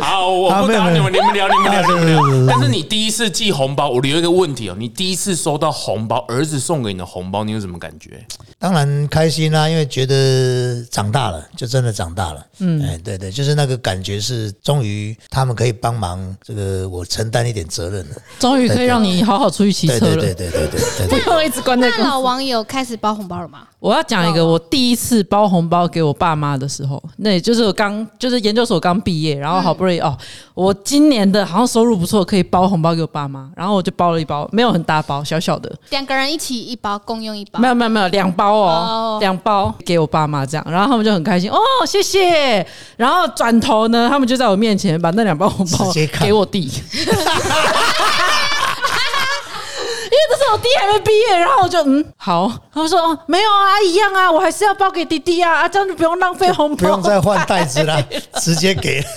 Speaker 4: 好，我
Speaker 1: 啊
Speaker 4: 不
Speaker 1: 没有
Speaker 4: 打
Speaker 1: 没
Speaker 4: 你
Speaker 1: 有
Speaker 4: 们，你们聊，你们聊，
Speaker 1: 啊
Speaker 4: 你
Speaker 1: 对
Speaker 4: 们
Speaker 1: 对对
Speaker 4: 聊。
Speaker 1: 对
Speaker 4: 但是你第一次寄红包，我留一个问题哦，你第一次收到红包，儿子送给你的红包，你有什么感觉？
Speaker 1: 当然开心啦、因为觉得长大了，就真的长大了。嗯，哎，对对，就是那个感觉是，终于他们可以帮忙，这个我承担一点责任了。
Speaker 3: 终于可以让你好好出去骑
Speaker 1: 对
Speaker 3: 车
Speaker 1: 对
Speaker 3: 了
Speaker 1: 对，对对对对
Speaker 3: 不
Speaker 1: 对。
Speaker 3: 用一直关在
Speaker 2: 那
Speaker 3: 公
Speaker 2: 老
Speaker 3: 司。
Speaker 2: 王有开始包红包了吗？
Speaker 3: 我要讲一个我第一次包红包给我爸妈的时候，那也就是我刚就是研究所刚毕业，然后好不容易、哦，我今年的好像收入不错，可以包红包给我爸妈，然后我就包了一包，没有很大包，小小的，
Speaker 2: 两个人一起一包，共用一包
Speaker 3: 没。有没有没有，两包哦
Speaker 2: 哦，
Speaker 3: 两、包给我爸妈这样，然后他们就很开心哦，谢谢。然后转头呢，他们就在我面前把那两包红包
Speaker 1: 直接看
Speaker 3: 给我弟，因为这是我弟还没毕业，然后我就嗯好，他们说哦没有啊，一样啊，我还是要包给弟弟啊，啊这样就不用浪费 红包，
Speaker 1: 不用再换袋子了，直接给。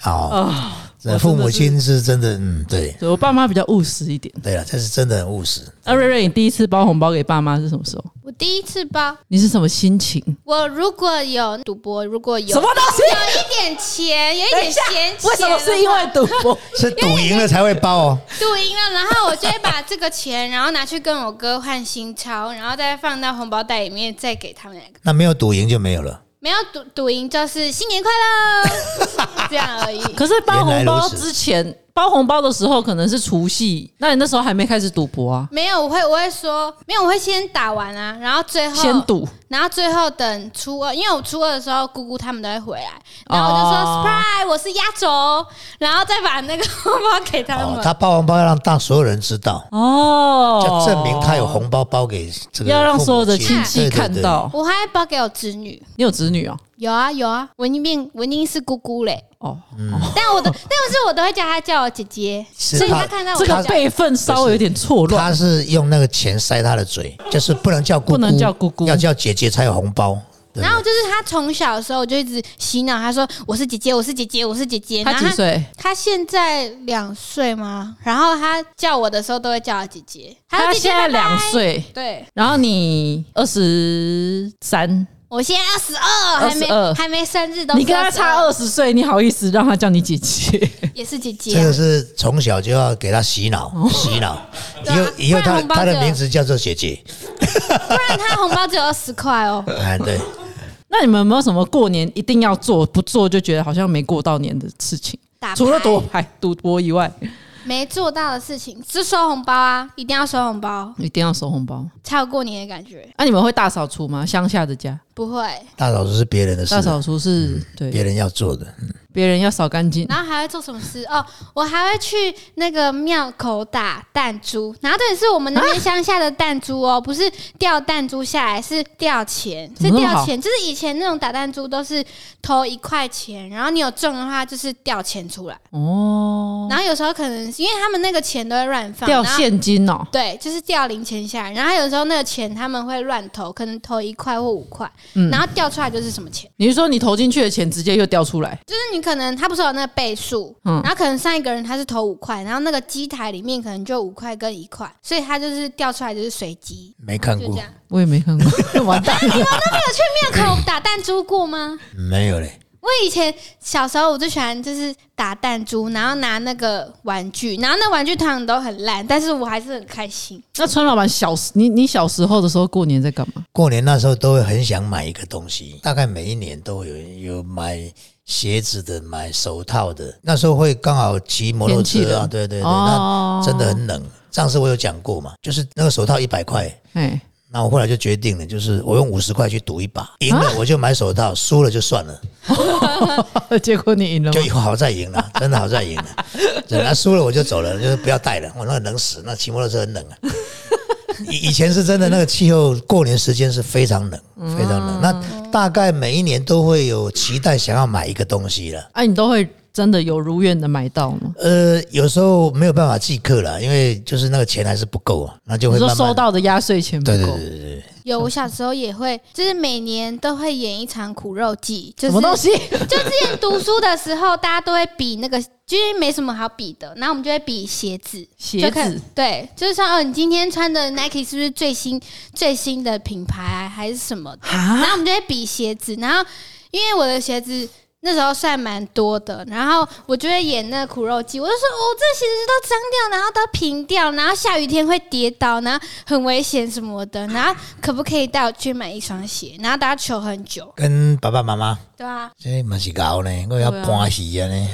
Speaker 1: 好，
Speaker 3: 啊。
Speaker 1: 这父母亲是真的，嗯，对，
Speaker 3: 对我爸妈比较务实一点。
Speaker 1: 对了，这是真的很务实。
Speaker 3: 那瑞瑞，你第一次包红包给爸妈是什么时候？
Speaker 2: 我第一次包，
Speaker 3: 你是什么心情？
Speaker 2: 我如果有赌博，如果有啊
Speaker 3: 什么东西？
Speaker 2: 有一点钱，有一
Speaker 3: 等一
Speaker 2: 点
Speaker 3: 下
Speaker 2: 闲钱，
Speaker 3: 为什么是因为赌博？
Speaker 1: 是赌赢了才会包哦，
Speaker 2: 赌赢了，然后我就会把这个钱，然后拿去跟我哥换新钞，然后再放到红包袋里面，再给他们两 个。
Speaker 1: 那没有赌赢就没有了。
Speaker 2: 没有赌赌赢就是新年快 乐，这样而已。
Speaker 3: 可是包红
Speaker 1: 原来
Speaker 3: 包
Speaker 1: 如此
Speaker 3: 之前，包红包的时候可能是除夕，那你那时候还没开始赌博啊？
Speaker 2: 没有，我会我会说没有，我会先打完啊，然后最后
Speaker 3: 先赌，
Speaker 2: 然后最后等初二，因为我初二的时候姑姑他们都会回来，然后我就说、
Speaker 3: 哦
Speaker 2: surprise，我是压轴，然后再把那个红包给他们。
Speaker 1: 哦，他包红包要让大所有人知道，
Speaker 3: 哦，
Speaker 1: 要证明他有，红包包给这个
Speaker 3: 要让
Speaker 1: 父母
Speaker 3: 所有的亲戚
Speaker 1: 对对
Speaker 3: 看
Speaker 1: 对
Speaker 3: 到。
Speaker 2: 我还包给我侄女，
Speaker 3: 你有子女哦？
Speaker 2: 有啊有啊，我已经变我已经是姑姑嘞，
Speaker 3: 哦，
Speaker 1: 嗯
Speaker 2: 但我的但是我都会叫她叫我姐姐，
Speaker 1: 是
Speaker 2: 所以
Speaker 1: 她
Speaker 2: 她看到我
Speaker 3: 这
Speaker 2: 就
Speaker 3: 个
Speaker 2: 叫
Speaker 3: 辈分稍微有点错乱。
Speaker 1: 他是用那个钱塞他的嘴，就是不能叫姑姑，
Speaker 3: 不能叫姑姑
Speaker 1: 要叫姐姐才有红包。对
Speaker 2: 然后就是她从小的时候我就一直洗脑，她说我是姐姐，我是姐姐，我是姐姐。
Speaker 3: 他
Speaker 2: 然后
Speaker 3: 几岁？
Speaker 2: 他现在两岁吗？然后他叫我的时候都会叫我姐姐。她
Speaker 3: 他
Speaker 2: 说姐姐
Speaker 3: 现
Speaker 2: 拜
Speaker 3: 在
Speaker 2: 拜
Speaker 3: 两。岁，
Speaker 2: 对，
Speaker 3: 然后你二十三，
Speaker 2: 我现在二十二，还
Speaker 3: 22
Speaker 2: 没还没生日都是22，
Speaker 3: 你跟他差二十岁，你好意思让他叫你姐姐？
Speaker 2: 也是姐姐
Speaker 1: 这
Speaker 2: 啊、
Speaker 1: 个是从小就要给他洗脑，洗脑。以
Speaker 2: 对啊
Speaker 1: 后以后
Speaker 2: 不然
Speaker 1: 他
Speaker 2: 红包
Speaker 1: 他的
Speaker 2: 就
Speaker 1: 名字叫做姐姐，
Speaker 2: 不然他红包只有二十块 哦。
Speaker 1: 哎，对，
Speaker 3: 那你们有没有什么过年一定要做，不做就觉得好像没过到年的事情？
Speaker 2: 打牌
Speaker 3: 除了赌牌、赌博以外，
Speaker 2: 没做到的事情是收红包啊，一定要收红包，
Speaker 3: 一定要收红包。啊
Speaker 2: 才有过年的感觉。
Speaker 3: 那、你们会大扫除吗？乡下的家
Speaker 2: 不会，
Speaker 1: 大扫除是别人的事
Speaker 3: 大，扫除是、
Speaker 1: 别
Speaker 3: 对
Speaker 1: 人要做的。嗯
Speaker 3: 别人要扫干净。
Speaker 2: 然后还会做什么事？哦，我还会去那个庙口打弹珠，然后这也是我们那边乡下的弹珠哦，不是掉弹珠下来，是掉钱，
Speaker 3: 怎
Speaker 2: 是
Speaker 3: 么那么
Speaker 2: 掉
Speaker 3: 嗯好
Speaker 2: 钱。就是以前那种打弹珠都是投一块钱，然后你有中的话就是掉钱出来，
Speaker 3: 哦，
Speaker 2: 然后有时候可能因为他们那个钱都会乱放，
Speaker 3: 掉
Speaker 2: 然后
Speaker 3: 现金哦，
Speaker 2: 对，就是掉零钱下来，然后有时候那个钱他们会乱投，可能投一块或五块，
Speaker 3: 嗯
Speaker 2: 然后掉出来就是什么钱，
Speaker 3: 你是说你投进去的钱直接又掉出来？
Speaker 2: 就是你可能他不是有那个倍数，
Speaker 3: 嗯
Speaker 2: 然后可能上一个人他是投五块，然后那个机台里面可能就五块跟一块，所以他就是掉出来就是随机，
Speaker 1: 没看
Speaker 2: 就这
Speaker 1: 过，
Speaker 2: 样。
Speaker 3: 我也没看过， 完蛋了。
Speaker 2: 那可有打弹珠过吗？
Speaker 1: 没有嘞。
Speaker 2: 我以前小时候我最喜欢就是打弹珠，然后拿那个玩具，然后那玩具通常都很烂，但是我还是很开心。
Speaker 3: 那川老板小时，你你小时候的时候过年在干嘛？
Speaker 1: 过年那时候都会很想买一个东西，大概每一年都会有有买鞋子的，买手套的。那时候会刚好骑摩托
Speaker 3: 天气
Speaker 1: 车啊，
Speaker 3: 冷
Speaker 1: 对对对，
Speaker 3: 哦
Speaker 1: 那真的很冷。上次我有讲过嘛，就是那个手套一百块，
Speaker 3: 哎，
Speaker 1: 那我后来就决定了，就是我用五十块去赌一把，赢
Speaker 3: 啊
Speaker 1: 了我就买手套，输了就算了，
Speaker 3: 结果你赢了吗
Speaker 1: 就？以后好在赢 了，真的好在赢了。对，那输了我就走了，就是不要带了，我哦那个冷死，那骑摩托车很冷 啊。以以前是真的，那个气候过年时间是非常冷，
Speaker 3: 嗯
Speaker 1: 非常冷。那大概每一年都会有期待想要买一个东西了。
Speaker 3: 哎、你都会真的有如愿的买到吗？
Speaker 1: 呃，有时候没有办法即刻了，因为就是那个钱还是不够啊，那就
Speaker 3: 你
Speaker 1: 会
Speaker 3: 说
Speaker 1: 慢
Speaker 3: 收
Speaker 1: 慢。
Speaker 3: 到的压岁钱不
Speaker 1: 对对
Speaker 3: 够
Speaker 1: 对，对对，
Speaker 2: 有，我小时候也会，就是每年都会演一场苦肉计，就是
Speaker 3: 什么东西？
Speaker 2: 就之前读书的时候，大家都会比那个，就是没什么好比的，然后我们就会比鞋子，
Speaker 3: 鞋
Speaker 2: 就看
Speaker 3: 子
Speaker 2: 对，就是说哦，你今天穿的 Nike 是不是最新最新的品牌、还是什么的？然后我们就会比鞋子，然后因为我的鞋子。那时候算蛮多的，然后我就会演那个苦肉计，我就说哦，这鞋子都脏掉，然后都平掉，然后下雨天会跌倒，然后很危险什么的，然后可不可以带我去买一双鞋？然后大家求很久，
Speaker 1: 跟爸爸妈妈
Speaker 2: 对啊，
Speaker 1: 这嘛是搞呢，我要搬戏啊呢。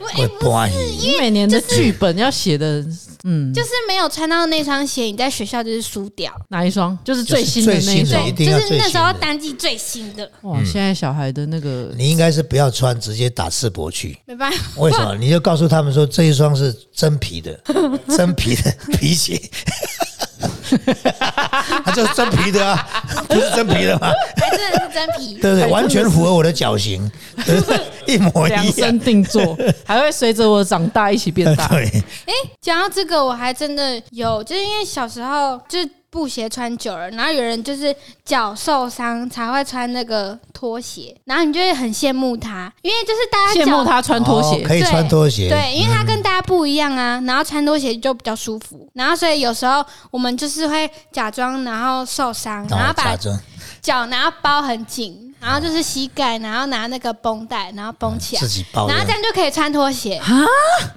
Speaker 2: 不
Speaker 1: 会搬戏。
Speaker 3: 你每年的剧本要写的，嗯，
Speaker 2: 就是没有穿到那双鞋，你在学校就是输掉。
Speaker 3: 哪一双？就是最新的
Speaker 1: 就是最
Speaker 3: 那一
Speaker 1: 新的
Speaker 3: 种
Speaker 1: 一。嗯
Speaker 2: 就
Speaker 1: 定要
Speaker 2: 是
Speaker 1: 最
Speaker 2: 那时候
Speaker 1: 新的
Speaker 2: 单季最新的，
Speaker 3: 哇，现在小孩的那个
Speaker 1: 你应该是不要穿，直接打赤膊去。
Speaker 2: 没办法，
Speaker 1: 为什么？你就告诉他们说这一双是真皮的，真皮的 皮鞋，它就是真皮的啊，不是真皮的 吗？
Speaker 2: 还真的是真皮。
Speaker 1: 对不对？完全符合我的脚型，对 不对？一模一
Speaker 3: 量身
Speaker 1: 样。
Speaker 3: 定做，
Speaker 2: 哎
Speaker 3: 还会随着我长大一起变 大。
Speaker 1: 对，
Speaker 2: 讲到这个，我还真的有，就是因为小时候就是布鞋穿久了，然后有人就是脚受伤才会穿那个拖鞋，然后你就会很羡慕他，因为就是大家
Speaker 3: 羡
Speaker 2: 脚
Speaker 3: 慕他穿拖鞋
Speaker 1: 哦，可以
Speaker 2: 对
Speaker 1: 穿拖鞋，
Speaker 2: 对，因为他跟大家不一样啊，然后穿拖鞋就比较舒
Speaker 1: 嗯
Speaker 2: 服，然后所以有时候我们就是会假装然后受伤，然后
Speaker 1: 哦
Speaker 2: 把
Speaker 1: 假装
Speaker 2: 脚然后包很紧，然后就是膝盖，然后拿那个绷带，然后绷起来
Speaker 1: 自，己包的
Speaker 2: 然，后这样就可以穿拖鞋。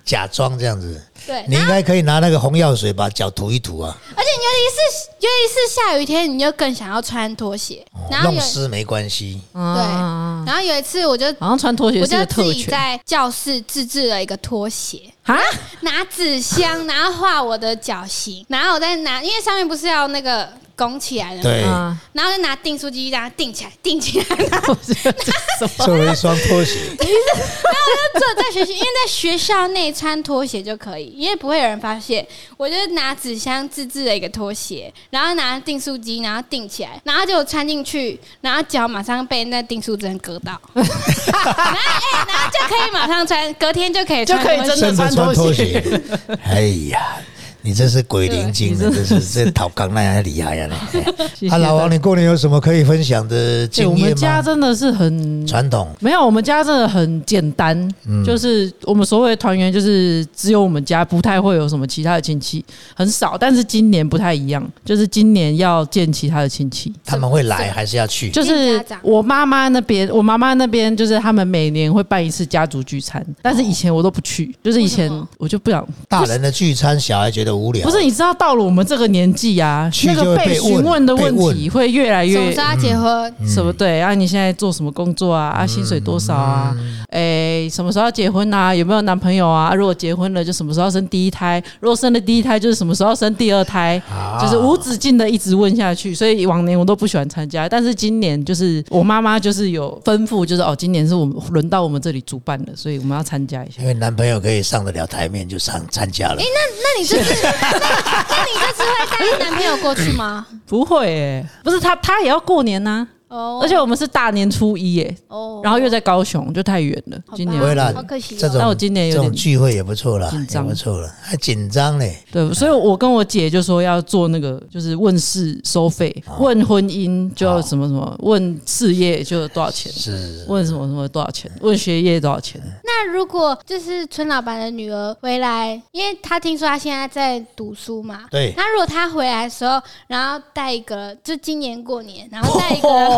Speaker 1: 假装这样子。
Speaker 2: 对，
Speaker 1: 你应该可以拿那个红药水把脚涂一涂啊，
Speaker 2: 而且你尤其是尤其是下雨天，你就更想要穿拖鞋。
Speaker 1: 哦
Speaker 2: 然后
Speaker 1: 弄
Speaker 2: 有
Speaker 1: 湿没关 系。
Speaker 3: 啊，
Speaker 2: 然后有一次，我就
Speaker 3: 好像穿拖鞋
Speaker 2: 我
Speaker 3: 是个
Speaker 2: 就自
Speaker 3: 特
Speaker 2: 己
Speaker 3: 权
Speaker 2: 在教室自制了一个拖鞋，
Speaker 3: 啊。
Speaker 2: 拿纸箱，然后画我的脚型，然后我再拿，因为上面不是要那个拱起来的嘛，
Speaker 1: 对，
Speaker 3: 啊
Speaker 2: 然后就拿订书机这样订起来，订起来，然后
Speaker 3: 我觉得 什么
Speaker 1: 作为一双拖鞋，
Speaker 2: 就坐在学习，因为在学校内穿拖鞋就可以，因为不会有人发现。我就拿纸箱自制了一个拖鞋，然后拿订书机，然后订起来，然后就穿进去，然后脚马上被那订书针割到，然后哎、然后就可以马上穿，隔天就可以穿
Speaker 3: 就可以
Speaker 2: 拖鞋
Speaker 3: 真的
Speaker 1: 的
Speaker 3: 穿
Speaker 1: 穿
Speaker 3: 拖
Speaker 1: 拖
Speaker 3: 鞋
Speaker 1: 鞋。 哎呀，你真是鬼灵精 的，真是这讨钢那还厉害呀！
Speaker 3: 谢谢
Speaker 1: 啊，老王，你过年有什么可以分享的
Speaker 3: 欸我
Speaker 1: 经
Speaker 3: 们
Speaker 1: 验
Speaker 3: 家
Speaker 1: 吗？
Speaker 3: 真的是很
Speaker 1: 传统
Speaker 3: 没有，我们家真的很简单，
Speaker 2: 嗯
Speaker 3: 就是我们所谓的团圆，就是只有我们家，不太会有什么其他的亲戚，很少。但是今年不太一样，就是今年要见其他的亲戚，
Speaker 1: 他们会来还是要去？
Speaker 3: 就
Speaker 2: 见
Speaker 3: 是
Speaker 2: 家长
Speaker 3: 我妈妈那边，我妈妈那边就是他们每年会办一次家族聚餐，但是以前我都不去，就是以前
Speaker 2: 为什么
Speaker 3: 我就不想。
Speaker 1: 大人的聚餐，小孩觉得无聊。
Speaker 3: 不是，你知道到了我们这个年纪啊，
Speaker 1: 去
Speaker 3: 那
Speaker 1: 就
Speaker 3: 个
Speaker 1: 会
Speaker 3: 被
Speaker 1: 被
Speaker 3: 询
Speaker 1: 问
Speaker 3: 问的
Speaker 1: 被
Speaker 3: 问
Speaker 1: 问
Speaker 3: 题会越来
Speaker 2: 什么
Speaker 3: 越
Speaker 2: 时候要结婚？
Speaker 3: 什么对啊？你现在做什么工作啊？啊，薪水多少啊？诶，什么时候要结婚啊？有没有男朋友啊？啊如果结婚了，就什么时候要生第一胎？如果生了第一胎，就是什么时候要生第二胎？
Speaker 1: 啊
Speaker 3: 就是无止境的一直问下去。所以往年我都不喜欢参加，但是今年就是我妈妈就是有吩咐，就是哦，今年是我们轮到我们这里主办的，所以我们要参加一下
Speaker 1: 因。为男朋友可以上得了台面，就上参加
Speaker 3: 哎
Speaker 1: 了。
Speaker 2: 那你这次，那那你这次会带男朋友过去吗？
Speaker 3: 不会、欸，不是她，她也要过年呐、
Speaker 2: 哦
Speaker 3: 而且我们是大年初一耶、
Speaker 2: 哦
Speaker 3: 然后又在高雄，就太远了。
Speaker 2: 好吧
Speaker 3: 今
Speaker 1: 不
Speaker 3: 年
Speaker 1: 会啦
Speaker 2: 好可惜哦，
Speaker 1: 这
Speaker 3: 那我
Speaker 1: 种
Speaker 3: 今年有
Speaker 1: 这
Speaker 3: 点
Speaker 1: 种聚会也不错啦
Speaker 3: 紧，
Speaker 1: 也
Speaker 3: 张
Speaker 1: 不错了，还紧张嘞。
Speaker 3: 对，所以我跟我姐就说要做那个，就是问事收费，
Speaker 1: 啊
Speaker 3: 问婚姻就什么什么，问事业就多少钱，
Speaker 1: 是
Speaker 3: 问什么什么多少钱，问学业多少钱。
Speaker 2: 那如果就是村老板的女儿回来，因为她听说她现在在读书嘛，
Speaker 1: 对
Speaker 2: 那如果她回来的时候，然后带一个，就今年过年，然后带一个，
Speaker 1: 哦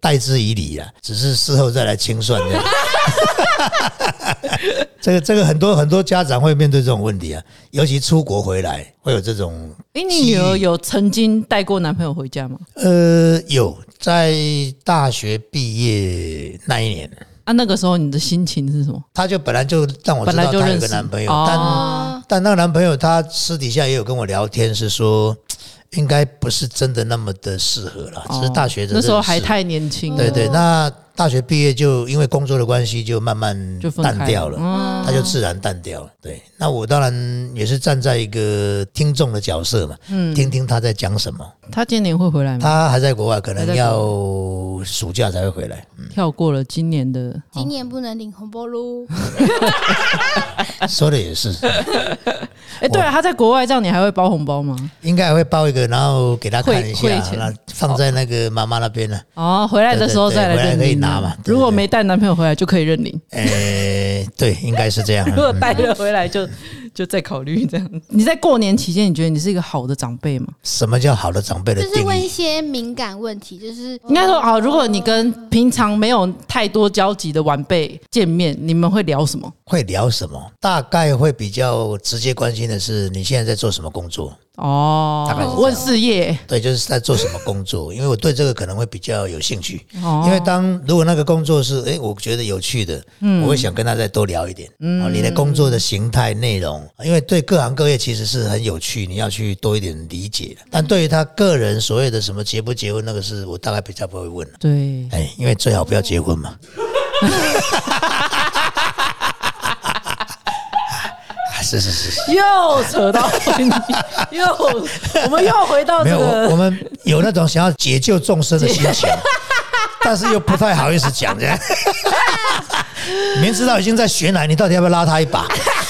Speaker 1: 待之以礼啊，只是事后再来清算这样。 这个这个很多很多家长会面对这种问题啊，尤其出国回来会有这种
Speaker 3: 哎，你女儿有曾经带过男朋友回家吗？
Speaker 1: 呃，有在大学毕业那一年，
Speaker 3: 啊，那个时候你的心情是什么？
Speaker 1: 她就本来就让我
Speaker 3: 本
Speaker 1: 知
Speaker 3: 来
Speaker 1: 道
Speaker 3: 就
Speaker 1: 她
Speaker 3: 认
Speaker 1: 有个
Speaker 3: 识
Speaker 1: 男朋友，但
Speaker 3: 哦，
Speaker 1: 但那个男朋友他私底下也有跟我聊天，是说应该不是真的那么的适合了，只是大学的
Speaker 3: 哦那时候
Speaker 1: 认识
Speaker 3: 还太嗯年轻，
Speaker 1: 对对。那大学毕业就因为工作的关系，就慢慢
Speaker 3: 就分开
Speaker 1: 淡掉了。
Speaker 3: 嗯
Speaker 1: 他就自然淡掉了。对，那我当然也是站在一个听众的角色嘛，
Speaker 3: 嗯
Speaker 1: 听听他在讲什么。
Speaker 3: 她今年会回
Speaker 2: 嗯
Speaker 3: 来吗？
Speaker 1: 他还在国外，可
Speaker 3: 还在
Speaker 1: 能要暑假才会回来。
Speaker 3: 跳过了今年的，
Speaker 2: 今年不能领红包
Speaker 1: 哦
Speaker 2: 喽？嗯
Speaker 1: 说的也是，
Speaker 3: 哎，对啊，她在国外这样，你还会包红包吗？
Speaker 1: 应该还会包一个，然后给他看一
Speaker 3: 汇汇
Speaker 1: 下，
Speaker 3: 钱
Speaker 1: 那放在那个妈妈那边呢。
Speaker 3: 哦，回来的时候再来
Speaker 1: 对对对
Speaker 3: 认领啊
Speaker 1: 回来可以拿嘛对对
Speaker 3: 如果没带男朋友回来就可以认领，
Speaker 1: 诶，对，应该是这样。啊嗯
Speaker 3: 如果带了回来就就再考虑这样。你在过年期间，你觉得你是一个好的长辈吗？
Speaker 1: 什么叫好的长辈的
Speaker 2: 就是
Speaker 1: 定
Speaker 2: 问一
Speaker 1: 义？
Speaker 2: 些敏感问 题，就是
Speaker 3: 应该说啊，如果你跟平常没有太多交集的晚辈见面，你们会聊什么？
Speaker 1: 会聊什么？大概会比较直接关心的是你现在在做什么工作？大概是这
Speaker 3: 哦，
Speaker 1: 样
Speaker 3: 问事业
Speaker 1: 对，就是在做什么工作？因为我对这个可能会比较有兴趣。
Speaker 3: 哦，
Speaker 1: 因为当如果那个工作是诶，我觉得有趣的，我会想跟他再多聊一点。哦，你的工作的形态、内容，因为对各行各业其实是很有趣，你要去多一点理解的。但对于他个人所谓的什么结不结婚，那个是我大概比较不会问了。
Speaker 3: 对，
Speaker 1: 哎，因为最好不要结婚嘛。 啊是是是是，
Speaker 3: 又扯到 又，我们又回到
Speaker 1: 没
Speaker 3: 这
Speaker 1: 有我我
Speaker 3: 个。
Speaker 1: 们有那种想要解救众生的心 情，但是又不太好意思讲这样。 明知道已经在悬崖，你到底要不要拉他一把？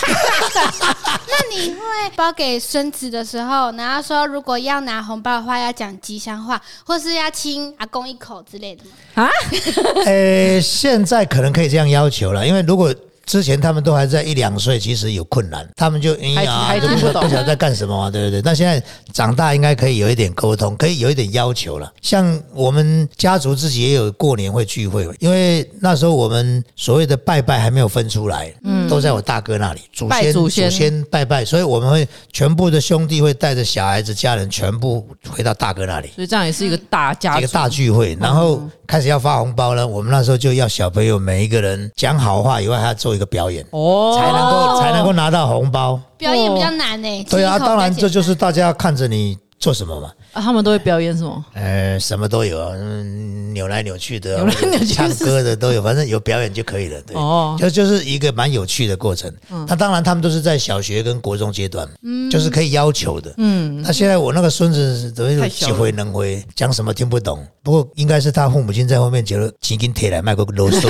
Speaker 2: 那你会包给孙子的时候，然后说如果要拿红包的话，要讲吉祥话，或是要亲阿公一口之类的吗？
Speaker 3: 啊
Speaker 1: 呃，现在可能可以这样要求了，因为如果之前他们都还在一两岁，其实有困难，他们就哎呀，
Speaker 3: 还
Speaker 1: 就
Speaker 3: 听
Speaker 1: 不
Speaker 3: 不懂
Speaker 1: 不晓得在干什么、啊，对不对？但现在长大应该可以有一点沟通，可以有一点要求了。像我们家族自己也有过年会聚会，因为那时候我们所谓的拜拜还没有分出来，嗯，都在我大哥那里，祖
Speaker 3: 拜
Speaker 1: 先
Speaker 3: 祖
Speaker 1: 祖
Speaker 3: 先
Speaker 1: 先拜拜，所以我们会全部的兄弟会带着小孩子、家人全部回到大哥那里。
Speaker 3: 所以这样也是一个大哦家
Speaker 1: 一个
Speaker 3: 族，
Speaker 1: 大聚会，然后开始要发红包了。我们那时候就要小朋友每一个人讲好话以外，还要做一个表演，
Speaker 3: 哦，
Speaker 1: 才能够才能够拿到红包。
Speaker 2: 表演比较难呢、
Speaker 1: 对啊，
Speaker 2: 亲一口比较
Speaker 1: 当然
Speaker 2: 简单
Speaker 1: 这就是大家看着你做什么嘛。
Speaker 3: 啊他们都会表演什 么？
Speaker 1: 呃，什么都有啊，嗯，扭来扭去的啊，
Speaker 3: 扭来扭去是
Speaker 1: 唱歌的都有，反正有表演就可以了。对，
Speaker 3: 哦嗯
Speaker 1: 就就是一个蛮有趣的过程。那当然，他们都是在小学跟国中阶段，就是可以要求的。嗯，那现在我那个孙子怎么
Speaker 3: 太
Speaker 1: 几
Speaker 3: 小了
Speaker 1: 回能回，讲什么听不懂。不过应该是他父母亲在后面觉得紧紧贴来卖个啰 嗦，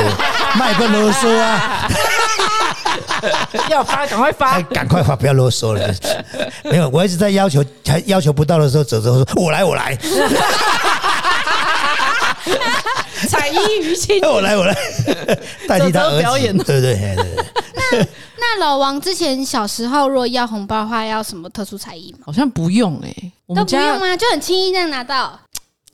Speaker 1: 卖个啰嗦啊，
Speaker 3: 要发赶快发
Speaker 1: 哎，赶快发，不要啰嗦了。 没有，我一直在要求，还要求不到的时候，泽泽说：“我来，我来，
Speaker 3: 彩衣娱 亲。
Speaker 1: 哎我 来，我来。”代替他
Speaker 3: 泽泽
Speaker 1: 儿
Speaker 3: 表
Speaker 1: 子
Speaker 3: 演，
Speaker 1: 对对对对对。
Speaker 2: 那老王之前小时候如果要红包的话，要什么特殊才艺吗？
Speaker 3: 好像不用哎、我
Speaker 2: 都
Speaker 3: 们
Speaker 2: 不用啊
Speaker 3: 家
Speaker 2: 吗？就很轻易这样拿 到。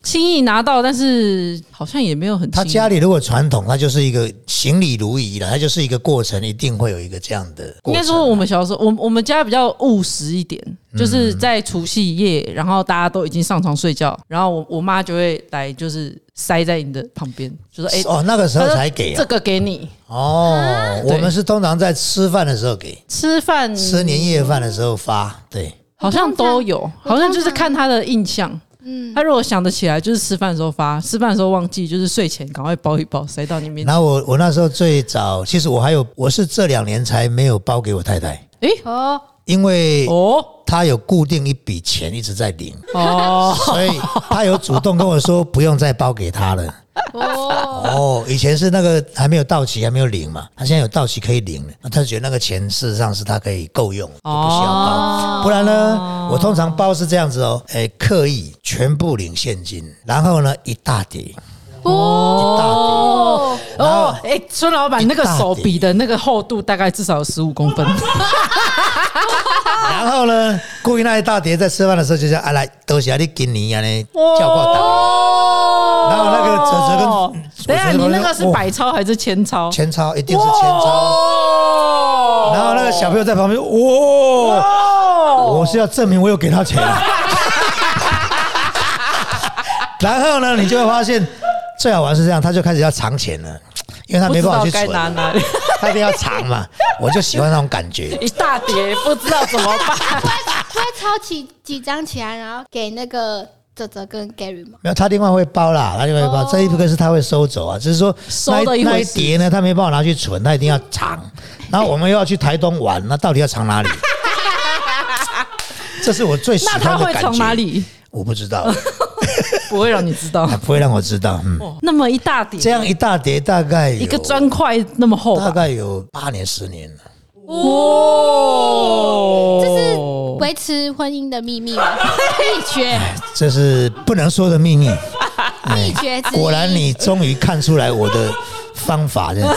Speaker 3: 轻易拿到，但是好像也没有很轻
Speaker 1: 他
Speaker 3: 易
Speaker 1: 家里如果传统，他就是一个行礼如仪了，他就是一个过程，一定会有一个这样的
Speaker 3: 应
Speaker 1: 过程。
Speaker 3: 该说，我们小时候，我我们家比较务实一点，
Speaker 1: 嗯
Speaker 3: 就是在除夕夜，然后大家都已经上床睡觉，然后我我妈就会来，就是塞在你的旁边，就说：“哎、
Speaker 1: 哦，那个时候
Speaker 3: 她说
Speaker 1: 才给、
Speaker 3: 这
Speaker 1: 啊、
Speaker 3: 个给你
Speaker 1: 哦，
Speaker 3: 对嗯
Speaker 1: 我们是通常在吃饭的时候给，
Speaker 3: 吃饭，
Speaker 1: 吃年夜饭的时候发，对，
Speaker 3: 好像都有，好像就是看她的印象。”嗯，他如果想得起来，就是吃饭的时候发；吃饭的时候忘记，就是睡前赶快包一包塞到你面前。
Speaker 1: 然后我我那时候最早，其实我还有，我是这两年才没有包给我太太，
Speaker 3: 诶，
Speaker 2: 哦，
Speaker 1: 因为
Speaker 3: 哦
Speaker 1: 她有固定一笔钱一直在领，
Speaker 3: 哦，
Speaker 1: 所以她有主动跟我说不用再包给她了。
Speaker 2: 哦，
Speaker 1: 哦，以前是那个还没有到期，还没有领嘛，他现在有到期可以领了，他觉得那个钱事实上是他可以够用，就不需要包。不然呢，我通常包是这样子哦，哎，刻意全部领现金，然后呢一大叠，
Speaker 2: 哦，
Speaker 3: 哦，哎、孙老板那个
Speaker 1: 一大
Speaker 3: 手
Speaker 1: 叠
Speaker 3: 比的那个厚度大概至少有十五公 分，
Speaker 1: 然后呢故意那一大叠在吃饭的时候就叫啊来，多谢你今年啊呢
Speaker 3: 哇
Speaker 1: 叫过打然后那个哲哲跟
Speaker 3: 哦等一下
Speaker 1: 我觉得
Speaker 3: 你那个是
Speaker 1: 哇
Speaker 3: 百超还是千超？
Speaker 1: 千钞，一定是千钞。
Speaker 3: 哦
Speaker 1: 然后那个小朋友在旁边，哇，
Speaker 3: 哦，
Speaker 1: 我是要证明我有给他 钱。然后呢，你就会发现最好玩是这样，他就开始要藏钱了，因为他
Speaker 3: 不
Speaker 1: 没
Speaker 3: 知
Speaker 1: 办法
Speaker 3: 道
Speaker 1: 去
Speaker 3: 该
Speaker 1: 存，
Speaker 3: 拿 哪里，
Speaker 1: 他一定要藏嘛。我就喜欢那种感觉，
Speaker 3: 一大叠不知道怎么 办。
Speaker 2: 会抄起几张起来，然后给那个泽泽跟 Gary 吗？
Speaker 1: 没有他另外会包啦，他另外会包，
Speaker 2: 哦
Speaker 1: 这一个是他会收走啊，只是说
Speaker 3: 收
Speaker 1: 那
Speaker 3: 的
Speaker 1: 一
Speaker 3: 一回
Speaker 1: 那一
Speaker 3: 事
Speaker 1: 叠呢，他没办法拿去存，他一定要藏。然后我们又要去台东玩，那到底要藏哪 里？这是我最喜
Speaker 3: 那
Speaker 1: 欢
Speaker 3: 他
Speaker 1: 的
Speaker 3: 会
Speaker 1: 感觉。
Speaker 3: 从哪？里？
Speaker 1: 我不知道，
Speaker 3: 不会让你知道
Speaker 1: 他。不会让我知道。嗯，
Speaker 3: 那么一大叠，
Speaker 1: 这样一大叠大概有
Speaker 3: 哦一个砖块那么厚
Speaker 1: 大
Speaker 3: 吧？
Speaker 1: 概有八年十年了。
Speaker 3: 哦，
Speaker 2: 这是维持婚姻的秘密 吗？秘诀，
Speaker 3: 哎
Speaker 1: 这是不能说的秘密。
Speaker 3: 啊
Speaker 2: 秘诀之一。
Speaker 1: 果然，你终于看出来我的方法，这样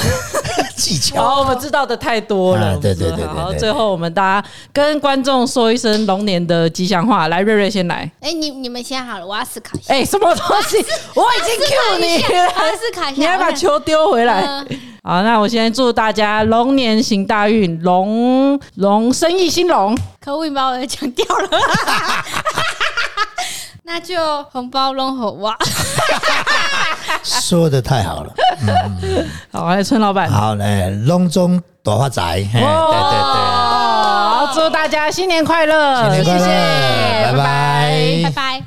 Speaker 1: 技巧。
Speaker 3: 哦，我们知道的太多了。
Speaker 1: 啊对对
Speaker 3: 我们
Speaker 1: 对
Speaker 3: 知道
Speaker 1: 对
Speaker 3: 好，
Speaker 1: 对
Speaker 3: 最后我们大家跟观众说一声龙年的吉祥话。来，瑞瑞先来。
Speaker 2: 哎、你你们先好了，我要思考一下。
Speaker 3: 哎、什么东西？ 我已经 Q 哎你了，
Speaker 2: 我要思考一下。
Speaker 3: 你还把球丢回来。
Speaker 2: 嗯
Speaker 3: 好，那我先祝大家龙年行大运，龙龙生意兴隆。
Speaker 2: 可恶，你把我的讲掉 了。 那就红包弄好哇！
Speaker 1: 说的太好了，
Speaker 3: 好，来村老板。
Speaker 1: 好嘞，隆中大发财，嘿
Speaker 3: 哦，好，祝大家新年快乐，
Speaker 1: 新年快乐
Speaker 3: 谢谢
Speaker 1: 拜拜
Speaker 2: 拜拜。